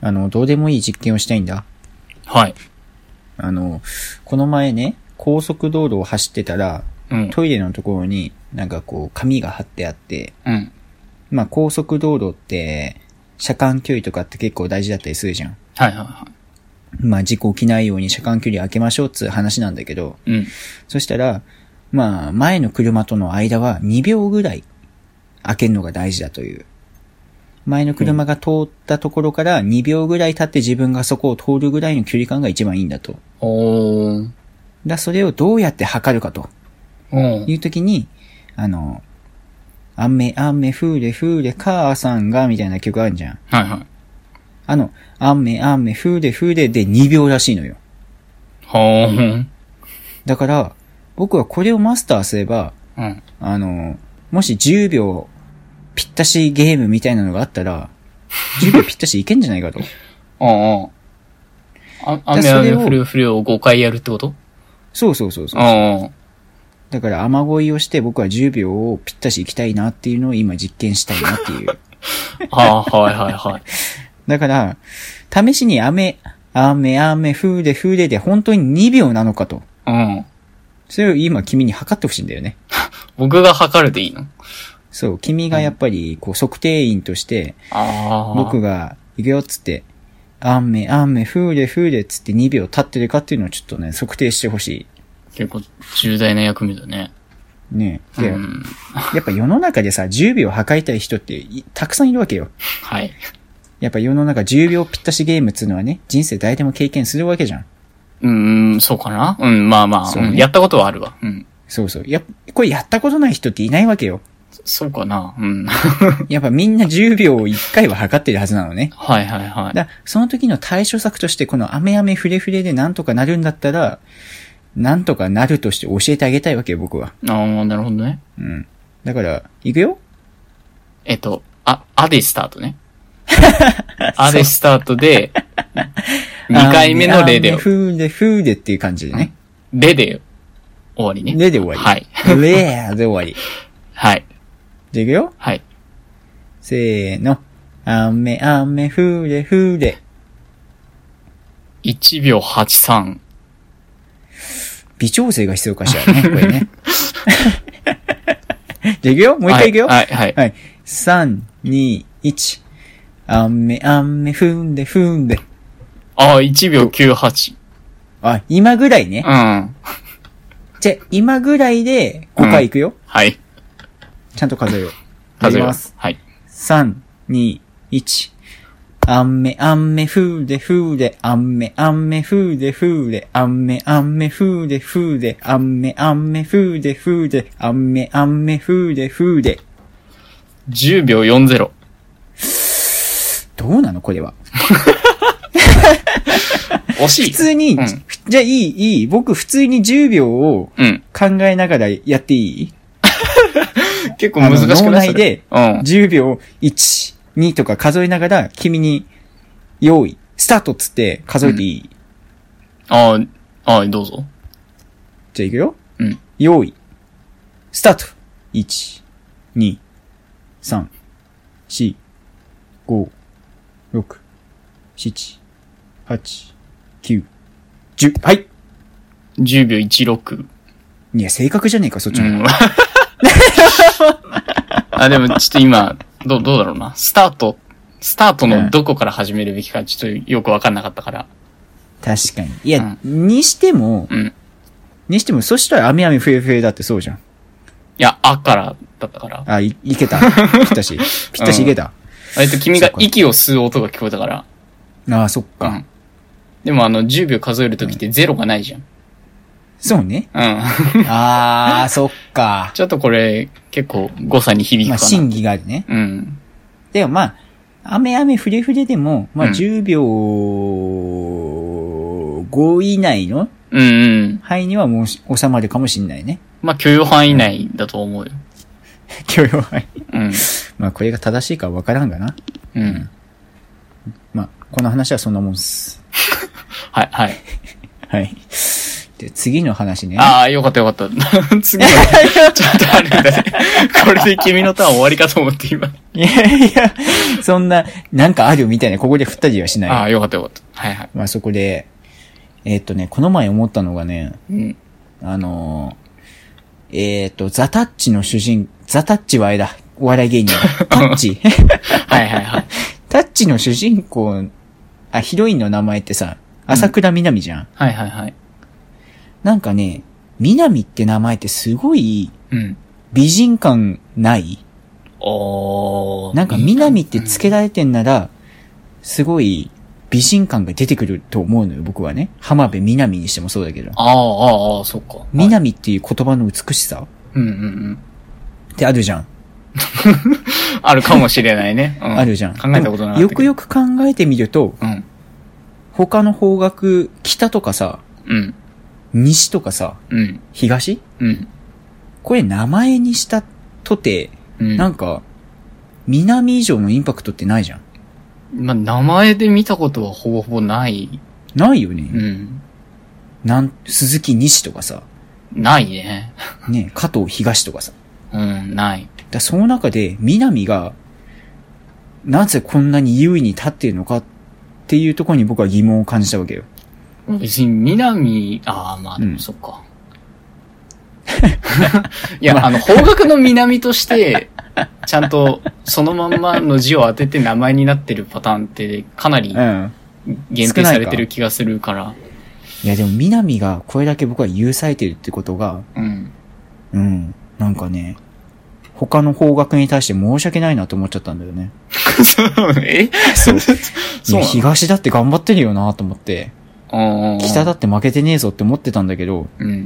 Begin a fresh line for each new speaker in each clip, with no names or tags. あの、どうでもいい実験をしたいんだ。
はい。
あの、この前ね、高速道路を走ってたら、
うん。
トイレのところになんかこう紙が貼ってあって、
うん。
まあ高速道路って車間距離とかって結構大事だったりするじゃん。
はいはいは
まあ事故起きないように車間距離開けましょうっつう話なんだけど、
い。うん。
そしたら、まあ前の車との間は2秒ぐらい開けるのが大事だという。前の車が通ったところから2秒ぐらい経って自分がそこを通るぐらいの距離感が一番いいんだと。
おー。
だ、それをどうやって測るかと。
うん。
いう時に、あの、アメ、アメ、フーレ、フーレ、母さんが、みたいな曲あるじゃん。
はいはい。
あの、アメ、アメ、フーレ、フーレで2秒らしいのよ。
ほーん。
だから、僕はこれをマスターすれば、
うん。
あの、もし10秒ぴったしゲームみたいなのがあったら、10秒ぴったしいけんじゃないかと。
うんうん。あ、
じ
雨
ゃあそ
雨
れを
降る降るを5回やるってこと
そうそうそう
う
そ
ん
う。
うん。
だから、雨乞いをして僕は10秒をぴったしいきたいなっていうのを今実験したいなっていう。
あーはいはいはい。
だから、試しに雨、雨、雨、風で風でで本当に2秒なのかと。
うん。
それを今君に測ってほしいんだよね。
僕が測るでいいの
そう、君がやっぱり、こう、測定員として、
ああ。
僕が、行くよっつって、雨、雨、風で風でっつって2秒経ってるかっていうのをちょっとね、測定してほし
結構重大な役目だね。
い。ね
う
で、
ん。
やっぱ世の中でさ、10秒測りたい人っていたくさんいるわけよ。
はい。
やっぱ世の中10秒ぴったしゲームっつうのはね、人生誰でも経験するわけじゃん。
うん、そうかなうん、まあまあ、
そうね
うんやったことはあるわ。うん。
そうそう。やっ、これやったことない人っていないわけよ。
そそうかなうん。
やっぱみんな10秒を1回は測ってるはずなのね。
はいはいはい。
だその時の対処策として、このアメアメフレフレでなんとかなるんだったら、なんとかなるとして教えてあげたいわけよ、僕は。
ああ、なるほどね。
うん。だから、行くよ
えっと、あ、あでスター トね。あでスタートで、2回目のレで
アメアメ、フレフレっていう感じでね。
レで終わりね。
レで終わり。
はい。
レアで終わり。
はい。
じゃあ行くよ
はい。
せーの。アメアメフレフレ。
1秒83。
微調整が必要かしらね、これ ね。じゃあ行くよもう一回行くよ、
はい、はい。
はい。3、2、1。あんめ、あんめ、ふんで、ふんで。
ああ、1秒98。
あ、今ぐらいね
う。ん。
じゃ、今ぐらいで5回いくよ。
はい。
ちゃんと数えよう。
数
や
え
り
ま
ますす。。
はい。
3、2、1。あんめ、あんめ、ふうで、ふうで、あんめ、あんめ、ふうで、ふうで、あんめ、あんめ、ふうで、ふうで、あんめ、あんめ、ふうで、ふうで、あんめ、あんめ、ふうで、ふうで。
10秒40。
どうなのこれは。
惜しい。
普通に、
うん
ふじゃあいい、いい。僕普通に10秒を
うん。
考えながらやっていい
結構難しく
あの
ない
脳内
それ
で
うん。
10秒、1、2とか数えながら、君に、用意、スタートっつって数えていい、
ああ、ああ、どうぞ。
じゃあいくよ。
うん。
用意、スタート !1、2、3、4、5、6、7、8、9、10。はい
10秒16。
いや、正確じゃねえか、そっち
う
の。
ん。あ、でもちょっと今、どう、どうだろうな。スタート、スタートのどこから始めるべきか、ちょっとよくわかんなかったから。
確かに。いや、にしても、
うん。い
にしても、そしたら、あめあめふえふえだってそうじゃん。
や、あからだったから。
あ、い、いけ た。ぴったし。ぴったしいけた。
えっと、君が
そうか
息を吸う音が聞こえたから。
ああ、そっか。
うん。でもあの、10秒数えるときってゼロがないじゃん。
そうね。
うん。
ああ、そっか。
ちょっとこれ、結構誤差に響
まあ、
くかな。
真偽があるね。
うん。
でもまあ、雨雨ふれふれでも、まあ
うん
10秒5以内の
うんうん。
範囲にはもうし収まるかもしれない ね。
まあ、許容範囲内だと思うよ。
許容範囲。
うん。
まあこれが正しいかわからんがな。
うん。
まあ、この話はそんなもんっす。
はい、はい。
はい。っていう次の話ね。
ああ、よかったよかった。 次の、ちょっとあるんだね。 これで君のターン終わりかと思って今。
いやいや、そんな、なんかあるみたいな、ここで振ったりはしない。
ああ、よかったよかった。はいはい。
まあそこで、えーっとね、この前思ったのがね、
うん。
あのー、えーっと、ザタッチの主人、ザタッチはあれだ、お笑い芸人だ。タッチ
はいはいはい。
タッチの主人公、あ、ヒロインの名前ってさ、朝倉みなみじゃん。
はいはいはい。
なんかね、みなみって名前ってすごい
うん。
美人感ない
おー。
なんか、みなみって付けられてんなら、すごい美人感が出てくると思うのよ、僕はね。浜辺みなみにしてもそうだけど。
ああ、ああ、ああ、そっか。
み
はい。
なみっていう言葉の美しさ
うんうんうん。
ってあるじゃん。
あるかもしれないね。うん
あるじゃん。
考えたことなかったけど。
よくよく考えてみると、
く。うん。
他の方角、北とかさ、
うん。
西とかさ、
うん。
東
うん。
これ名前にしたとて、
うん。
なんか、南以上のインパクトってないじゃん。
まあ、名前で見たことはほぼほぼない。
ないよね。
うん。
なん、鈴木西とかさ、
ないね。
ね、加藤東とかさ。
うん、ない。
だからその中で、南が、なぜこんなに優位に立っているのかっていうところに僕は疑問を感じたわけよ。
別に、南、ああ、まあ、で
う
も
ん
そっか。 いや、あの、方角の南として、ちゃんと、そのまんまの字を当てて名前になってるパターンって、かなり
うん。
限定されてる気がするから。
いやでも南がこれだけ僕は許されてるってことが、
うん。
うん。なんかね、他の方角に対して申し訳ないなと思っちゃったんだよね。
そう、 え
そう
そう
いや
なの
東だって頑張ってるよなと思って、
あー
北だって負けてねえぞって思ってたんだけど、
うん。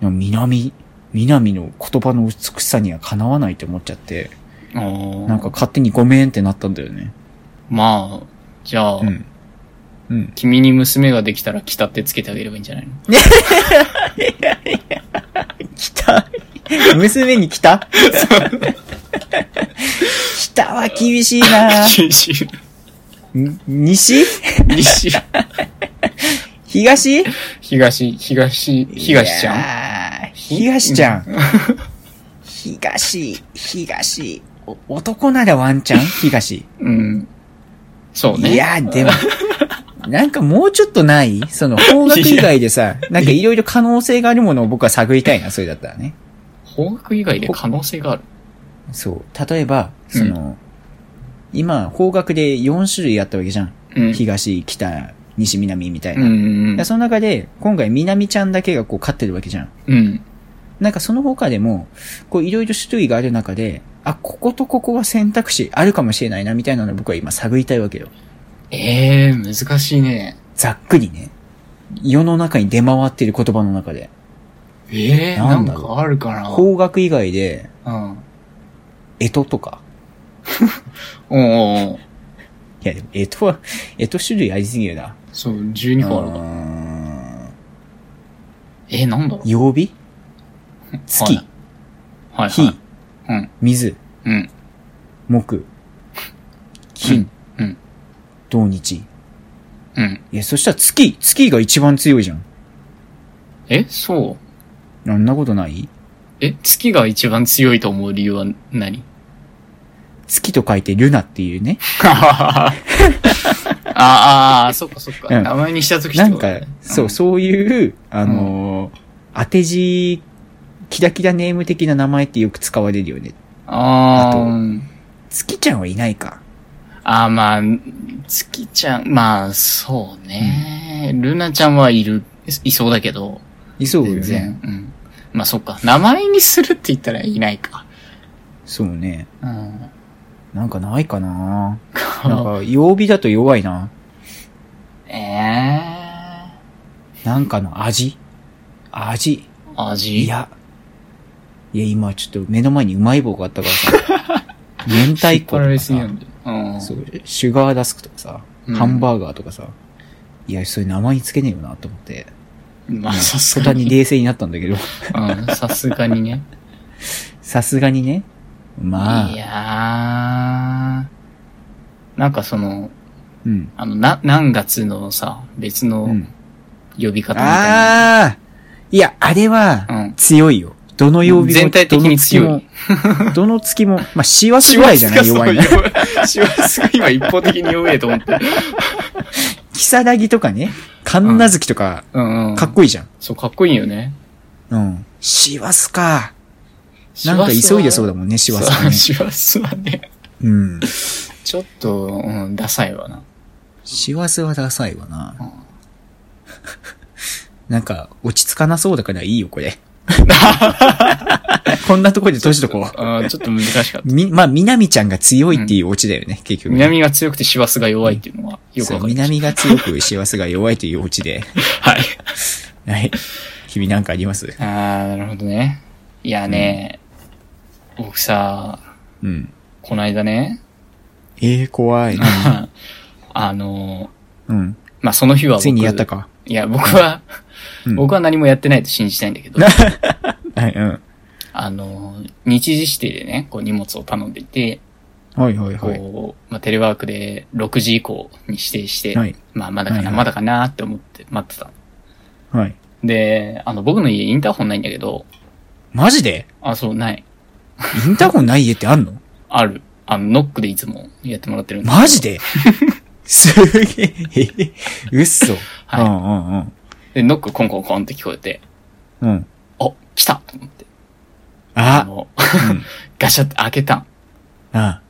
でも南、南の言葉の美しさにはかなわないって思っちゃって、
あ
な
なん
か、勝手にごめんってなったんだよね。
まあ、じゃあ、
うん。うん。
君に娘ができたら北ってつけてあげればいいんじゃないの
北 娘に北 北は厳しいな
厳しい。
に西
西、
東
東、東、東ちゃん
ゃん東ちゃん。東、東。お男ならワンちゃん東。
うん。そうね。
いや、でも、なんかもうちょっとないその方角以外でさ、なんかいろいろ可能性があるものを僕は探りたいな、それだったらね。
方角以外で可能性がある。
そう。例えば、その、今、方角で4種類あったわけじゃん。
うん。
東、北、西、南みたい
うん
な。
うん
でその中で、今回南ちゃんだけがこう勝ってるわけじゃん。
うん。うん。
なんかその他でも、こういろいろ種類がある中で、あ、こことここは選択肢あるかもしれないな、みたいなのを僕は今探りたいわけよ。
ええー、難しいね。
ざっくりね。世の中に出回っている言葉の中で。
ええー、な
なん
ん
だろう
かあるかな
方角以外で、
うん。
えととか。
おうおう
いやでも、えとは、えと種類ありすぎるな。
そう、12個ある
う
か。
ーん
えー、なんだろう
曜日月、
はいはいはい。
火、
うん。
水、
うん。
木、金、
うん。
土日。
うん。
いや、そしたら月、月が一番強いじゃん。
え、そう
あんなことない
え、月が一番強いと思う理由は 何
月と書いてルナっていうね。
あーあー、そっかそっか。
うん
名前にしたとき
なんか、そう、そういう、あのー当て字、キラキラネーム的な名前ってよく使われるよね。
あ
あ
あ
と
ー、
月ちゃんはいないか。
あーまあ、月ちゃん、まあ、そうね。ルナちゃんはいる、いそうだけど、
いそうよ
全
ね。
然。うん。まあ、そっか。名前にするって言ったらいないか。
そうね。
うん。
なんかないかななんか、曜日だと弱いな。
ええ
なんかの味味
ー、味
いや。いや、今ちょっと目の前にうまい棒があったから さ。明太
引
子
っ張
と
られ
か
すぎな
さ
んだよ。うん。
そう、シュガーダスクとかさ、
うん
ハンバーガーとかさ。いや、そういう名前につけねえよなと思って。
まあ、さす
途
が
端に
に。
冷静になったんだけ ど。
うん、さすがにね。
さすがにね。 まあ
い、やー。なんかその、
うん。
あの、な、何月のさ、別
う
の
ん。
呼び方みたいな。
ああいや、あれ
う
は
ん、
強いよ。どの曜日も。
全体的に強い
どの月 も。どの月も、まあ、師走ぐらいじゃない弱いの。
シワ スが今一方的に弱いと思って。
キサラギとかね、神奈月とか、
うんうん。
かっこいいじゃん。
そう、かっこいいよね。
うん。師走か。なんか急いでそうだもんね、師
シワ
走
スは
は
ね。
ね。
シワスはね。
うん。
ちょっと、うん、ダサいわな。
師走はダサいわな。
うん
なんか、落ち着かなそうだからいいよ、こ れ。こんなところで閉じとこう。
あーちょっと難しかった。
み、まあ、南ちゃんが強いって いうオチだよね、結局。
南が強くてシワスが弱いっていうのはよく
そ
わ
う
かる。
南が強く、師走が弱いというオチ で。
はい。
はい。君なんかあります
あー、なるほどね。いやね、僕さ、
うん。
こないだね、
ええ怖い。
あの、
うん。
まあ、その日は僕、
ついにやったか。
いや、僕は、
うん
僕は何もやってないと信じたいんだけど、
はい、うん。
あの、日時指定でね、こう荷物を頼んでいて、
はいはいはい。
こう、まあ、テレワークで6時以降に指定して、
はい
まあ、まだかな、
はいはい
まだかなって思って待ってた。
はい。
で、あの、僕の家インターホンないんだけど、
マジで
あ、そう、ない。
インターホンない家ってあんの
ある。あの、ノックでいつもやってもらってるんだけど
マジ ですげえ。えうっそ。
はい
うんうん
で、ノックコンコンコンって聞こえて、
うん。うん。
お、来たと思って。あ
あ、
の、
うん
ガシャって開けたん。
あ、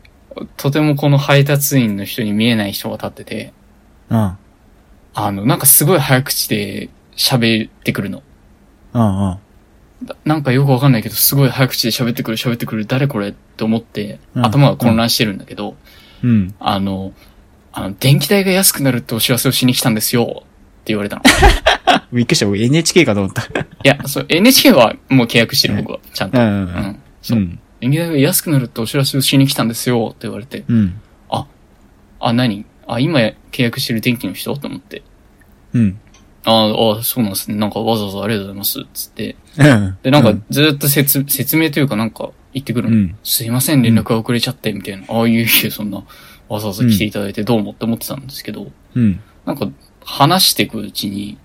とてもこの配達員の人に見えない人が立ってて、
うん、
あの、なんかすごい早口で喋ってくるの。
うん、うん。
だなんかよくわかんないけど、すごい早口で喋ってくる、喋ってくる、誰これって思って、
うん
頭が混乱してるんだけど、
うん。
あの、あの、電気代が安くなるってお知らせをしに来たんですよ、って言われたの。
びっくりした。俺 NHK かと思った。
いや、そう、NHK はもう契約してる、僕は、ちゃんと。
う
うん
うんうん
ん。そうう。
ん。
電気代が安くなるってお知らせをしに来たんですよ、って言われて、
うん。
あ、何あ、今契約してる電気の人と思って。
うん。
ああ、そうなんですね。なんかわざわざありがとうございます。つって。
うん。
で、なんかずっと説、説明というかなんか言ってくるの。
うん
すいません、連絡が遅れちゃって、みたいな。ああいう日、そんな、わざわざ来ていただいてどうもって思ってたんですけど、
うん。
なんか話していくうちに、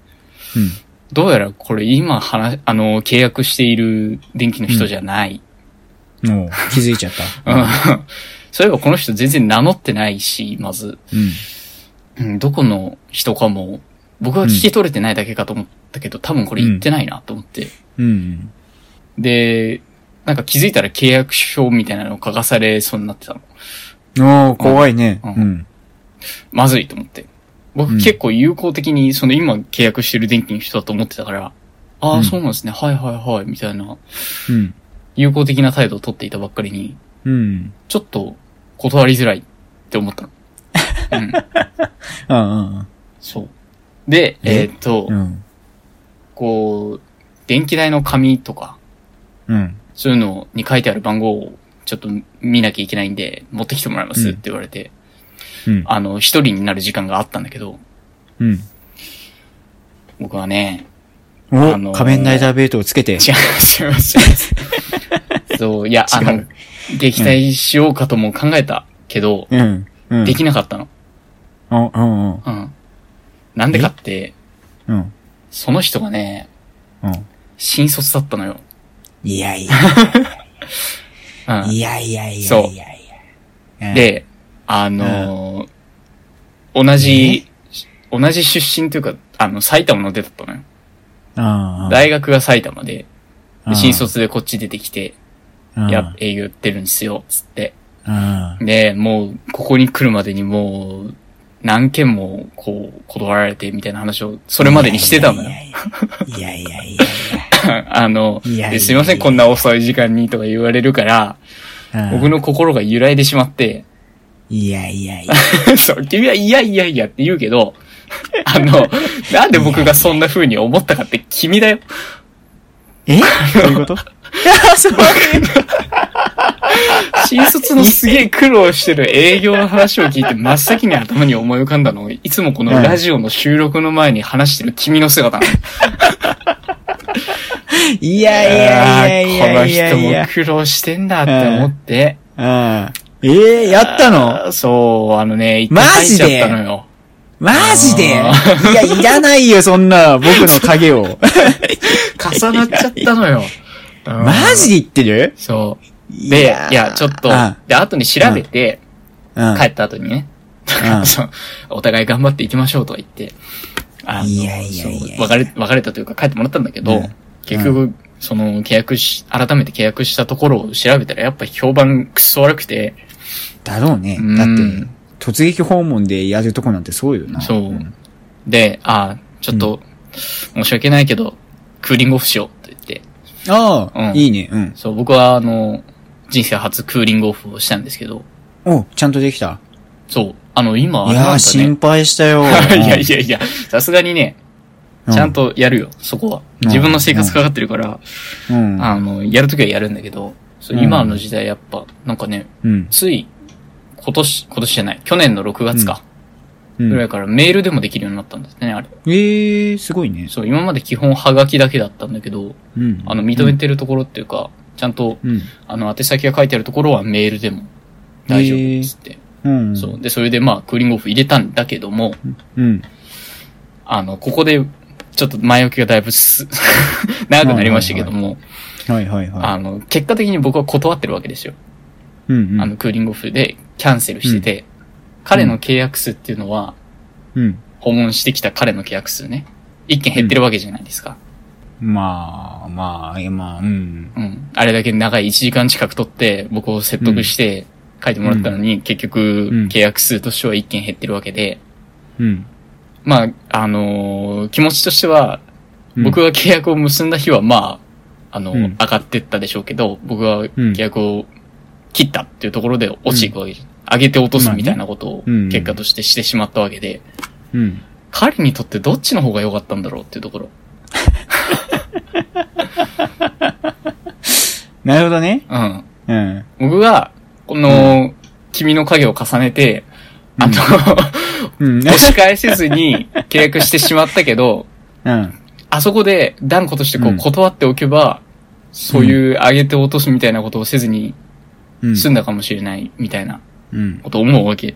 うん。
どうやらこれ今話、あの、契約している電気の人じゃない。
もう、気づいちゃった。
うん。 そういえばこの人全然名乗ってないし、まず。
うん。
うん、どこの人かも、僕は聞き取れてないだけかと思ったけど、多分これ言ってないなと思って。
うん。
で、なんか気づいたら契約書みたいなのを書かされそうになってたの。
おー、怖いね。
う
うんん。
まずいと思って。僕
うん
結構有効的に、その今契約してる電気の人だと思ってたから、あ
う
あ、
ん
そうなんですね。はいはいはい、みたいな、
うん。
有効的な態度を取っていたばっかりに、
うん。
ちょっと断りづらいって思 ったの。うん、
うん。
そう。で、え
え
ーっと、
うん。
こう、電気代の紙とか、
うん。
そういうのに書いてある番号をちょっと見なきゃいけないんで、持ってきてもらいますって言われて、
うん。
あの、一人になる時間があったんだけど、
うん。
僕はね、あの
お、
ー
仮面ライダーベルトをつけて。
違います、違います、違います。 そう、いや、あ
違
の
う、
撃退しようかとも考えたけど、
うん。うん。
できなかったの。
うん。うん。うん
うん。なんでかって、
うん。
その人がね、
うん。
新卒だったのよ。
いや いや。
うん。
いやいやいやいやいや。
そう
うん、
で、あのー同じ、同じ出身というか、あの、埼玉の出だったのよ。
うん、
大学が埼玉で、
うん
新、卒でこっち出てきて、
うん
や、営業やってるんですよ、つって。
うん
で、もう、ここに来るまでにもう、何件も、こう、断られて、みたいな話を、それまでにしてたのよ。
いやいやいやいやいやいやい
あの、
いやいやいや
で、すいません、こんな遅い時間にとか言われるから、
や。
僕の心が揺らいでしまって、
いやいやいや。
そう、君はいやいやいやって言うけど、 あの、なんで僕がそんな風に思ったかって 君だよ。
えどういうことそう
新卒のすげえ苦労してる営業の話を聞いて真っ先に頭に思い浮かんだの、いつもこのラジオの収録の前に話してる君の姿なの。
いやいやいやいやいやい
あーこの人も
や。
苦労してんだって思って。
ああええやったの
あーそう、あのね、一
マ
回書い
ジ
ち
で
ゃったのよ。
マジでい
あ
や、いらないよ、そんな、僕の影 を。
重なっちゃったのよ。うん
マジで言ってる
そう。で、いや、ちょっと
うん、
で、後に調べて、
うん
帰った後にね、
うん
そうお互い頑張っていきましょうとは言って、あの
いやいやいやいや
そう別れ、別れたというか帰ってもらったんだけど、
うん
結局、その契約し、改めて契約したところを調べたら、やっぱ評判くそ悪くて、
だろうね
うん。
だって、突撃訪問でやるとこなんてそうよな。
そう
うん。
で、あちょっと、申し訳ないけど、クーリングオフしようと言って、
あ
う
あ、
ん
いいね。うん。
そう、僕はあの、人生初クーリングオフをしたんですけど、
お、ちゃんとできた。
そう、あの、今、あ
い
れなん
や
か
ー、
ね、
心配したよ。
いやいやいや、さすがにね、
うん
ちゃんとやるよ、そこは。
うん
自分の生活かかってるから、
うん。
あの、やるときはやるんだけど、そう
うん
今の時代やっぱ、なんかね、
うん。
つい、今年、今年じゃない、去年の6月か、
うん
ぐらいからメールでもできるようになったんですね、あれ。
ええ、すごいね。
そう、今まで基本はがきだけだったんだけど、
うん。
あの、認めてるところっていうか、ちゃんと、
うん。
あの、宛先が書いてあるところはメールでも大丈夫ですって。
うん。
そう。で、それでまあ、クーリングオフ入れたんだけども、
うん。
あの、ここで、ちょっと前置きがだいぶす 長くなりましたけども、
はいはいはい。
あの、結果的に僕は断ってるわけですよ。
うん。
あの、クーリングオフでキャンセルしてて、彼の契約数っていうのは、
うん。
訪問してきた彼の契約数ね。一件減ってるわけじゃないですか。
まあ、まあ、いやまあ、うん。
うん。あれだけ長い1時間近く取って、僕を説得して書いてもらったのに、結局、
ん
契約数としては一件減ってるわけで、
うん。
まあ、あのー気持ちとしては、
うん
僕が契約を結んだ日は、まあ、あの、
うん
上がってったでしょうけど、僕が契約を切ったっていうところで落ちていくわけじゃん。上げて落とすみたいなことを
まあねうん
結果としてしてしまったわけで、
うん。
彼にとってどっちの方が良かったんだろうっていうところ。
なるほどね。
うん。
うん。
僕が、この、君の影を重ねて、あの、
うん。
押し返せずに契約してしまった けど、
うん。
あそこで断固としてこ
う
うん断っておけば、そういう上げて落とすみたいなことをせずに
うん。
済んだかもしれないみたいな
うん。
ことを思うわけ。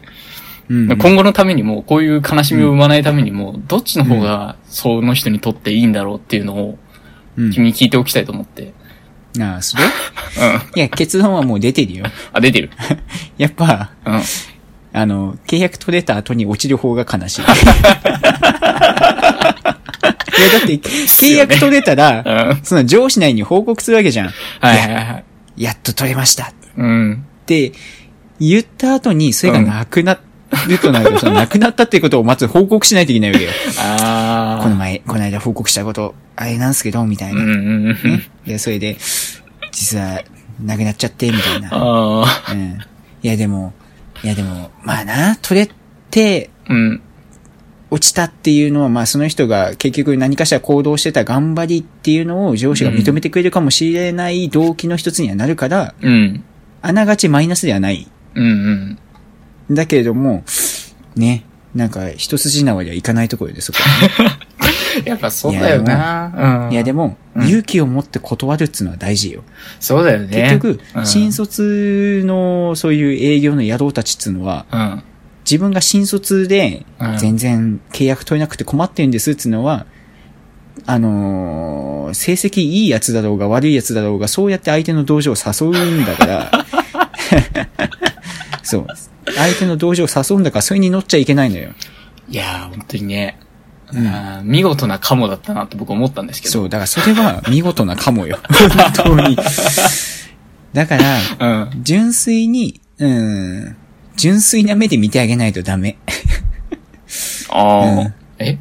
うん。
今後のためにも、こういう悲しみを生まないためにも、どっちの方がその人にとっていいんだろうっていうのを
うん。
君に聞いておきたいと思って。うん。
なあ、それいや、結論はもう出てるよ。
あ、出てる。
やっぱ、
うん。
あの、契約取れた後に落ちる方が悲し い。いや、だって、契約取れた
う
ら、
ん。はい
その上司内に報告するわけじゃん。
はいはい。
やっと取れましたっ
うん。
て言った後に、それがなくなるとなると、そのなくなったっていうことをまず報告しないといけないわけよ。この
あ
前、この間報告したこと、あれなんすけど、みたい
ー。う
な。
んうんうん。
で、それで、実は、なくなっちゃって、みたいな。
ああ。
うん。いやでも、いやでも、まあな、取れて、
うん。
落ちたっていうのは、まあその人が結局何かしら行動してた頑張りっていうのを上司が認めてくれるかもしれない動機の一つにはなるから、
うん。
あながちマイナスではない。
うんうん。
だけれども、ね、なんか一筋縄ではいかないところでそこ。
やっぱそうだよな。うん。
いやでも、
うん
勇気を持って断るっつうのは大事よ。
そうだよね。
結局、
うん
新卒のそういう営業の野郎たちっつうのは、
うん。
自分が新卒で
うん、
全然契約取れなくて困ってるんですっていうのは、あのー成績いいやつだろうが悪いやつだろうが、そうやって相手の同情を誘うんだ から、そう。相手の同情を誘うんだから、それに乗っちゃいけないのよ。
いやー、本当にね。
うん
あー見事なカモだったなって僕思ったんですけど。
そう、だからそれは見事なかも よ。本当に。だから、
うん。
純粋に、うん、純粋な目で見てあげないとダメ。
ああ、
うん
え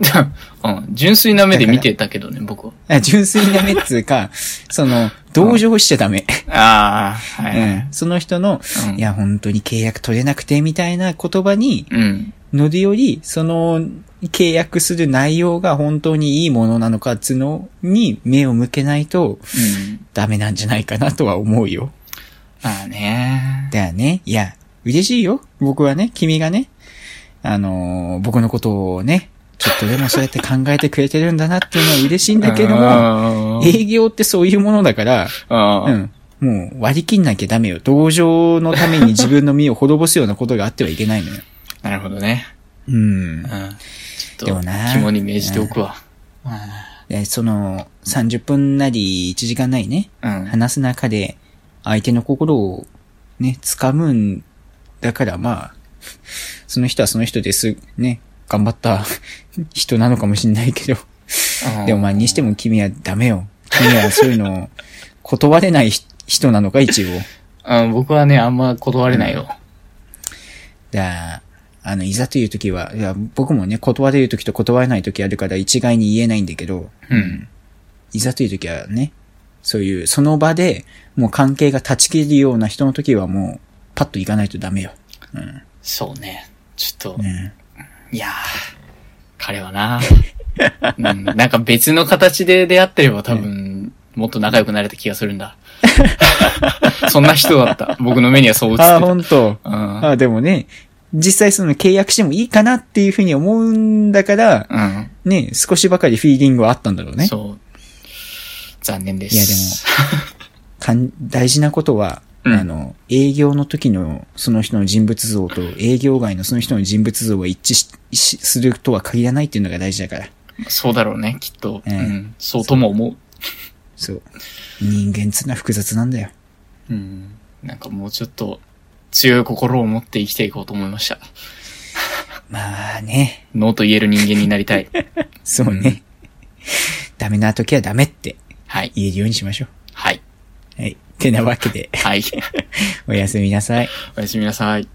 うん。純粋な目で見てたけどね、僕は。
あ純粋な目っつう か、その、同情しちゃダメ。
ああ、は
う。ん。その人の、
うん
いや、本当に契約取れなくて、みたいな言葉に
うん。
のりより、その、契約する内容が本当にいいものなのか、つうのに目を向けないと、
うん。
ダメなんじゃないかなとは思うよ。
まあね。
だよね。いや、嬉しいよ。僕はね、君がね、あのー僕のことをね、ちょっとでもそうやって考えてくれてるんだなっていうのは嬉しいんだけ ども、
も
営業ってそういうものだから、
う。
うんん。もう割り切んなきゃダメよ。同情のために自分の身を滅ぼすようなことがあってはいけないのよ。
なるほどね。
うん
う。ん。ち
で
ょ
も
っと
な、
肝に銘じておくわ。
でその、30分なり1時間なりね、
うん
話す中で、相手の心をね、掴むんだから、まあ、その人はその人です。ね、頑張った 人なのかもしんないけど。
うん
でもまあ、にしても君はダメよ。君はそういうのを断れない人なのか、一応。
うん、僕はね、あんま断れないよ。
だあの、いざという時は、いや、僕もね、断れる時と断れない時あるから一概に言えないんだけど、
うん。
いざという時はね、そういう、その場で、もう関係が断ち切るような人の時はもう、パッと行かないとダメよ。
そうね。ちょっと、
ね
いやー、彼はな、 うん、なんか別の形で出会ってれば多分、もっと仲良くなれた気がするんだ。 そんな人だった。僕の目にはそう映って
あ
た。
あ、ほんと。
うん。
ああ、でもね、実際その契約してもいいかなっていうふうに思うんだから、
うん。
ね、少しばかりフィーリングはあったんだろうね。
そう。残念です。
いやでもかん大事なことは、
うん
あの、営業の時のその人の人物像と営業外のその人の人物像が一致ししするとは限らないっていうのが大事だから。
そうだろうね、きっと。
ええ
うん。そうとも思う。
そう。人間つうのは複雑なんだよ。
うん。なんかもうちょっと、強い心を持って生きていこうと思いました。
まあね、
ノーと言える人間にな りたい。
そうね。ダメな時はダメって
はい。
言えるようにしましょ
はい。
う。はい。てなわけで、
はい。
おやすみなさい。
おやすみなさい。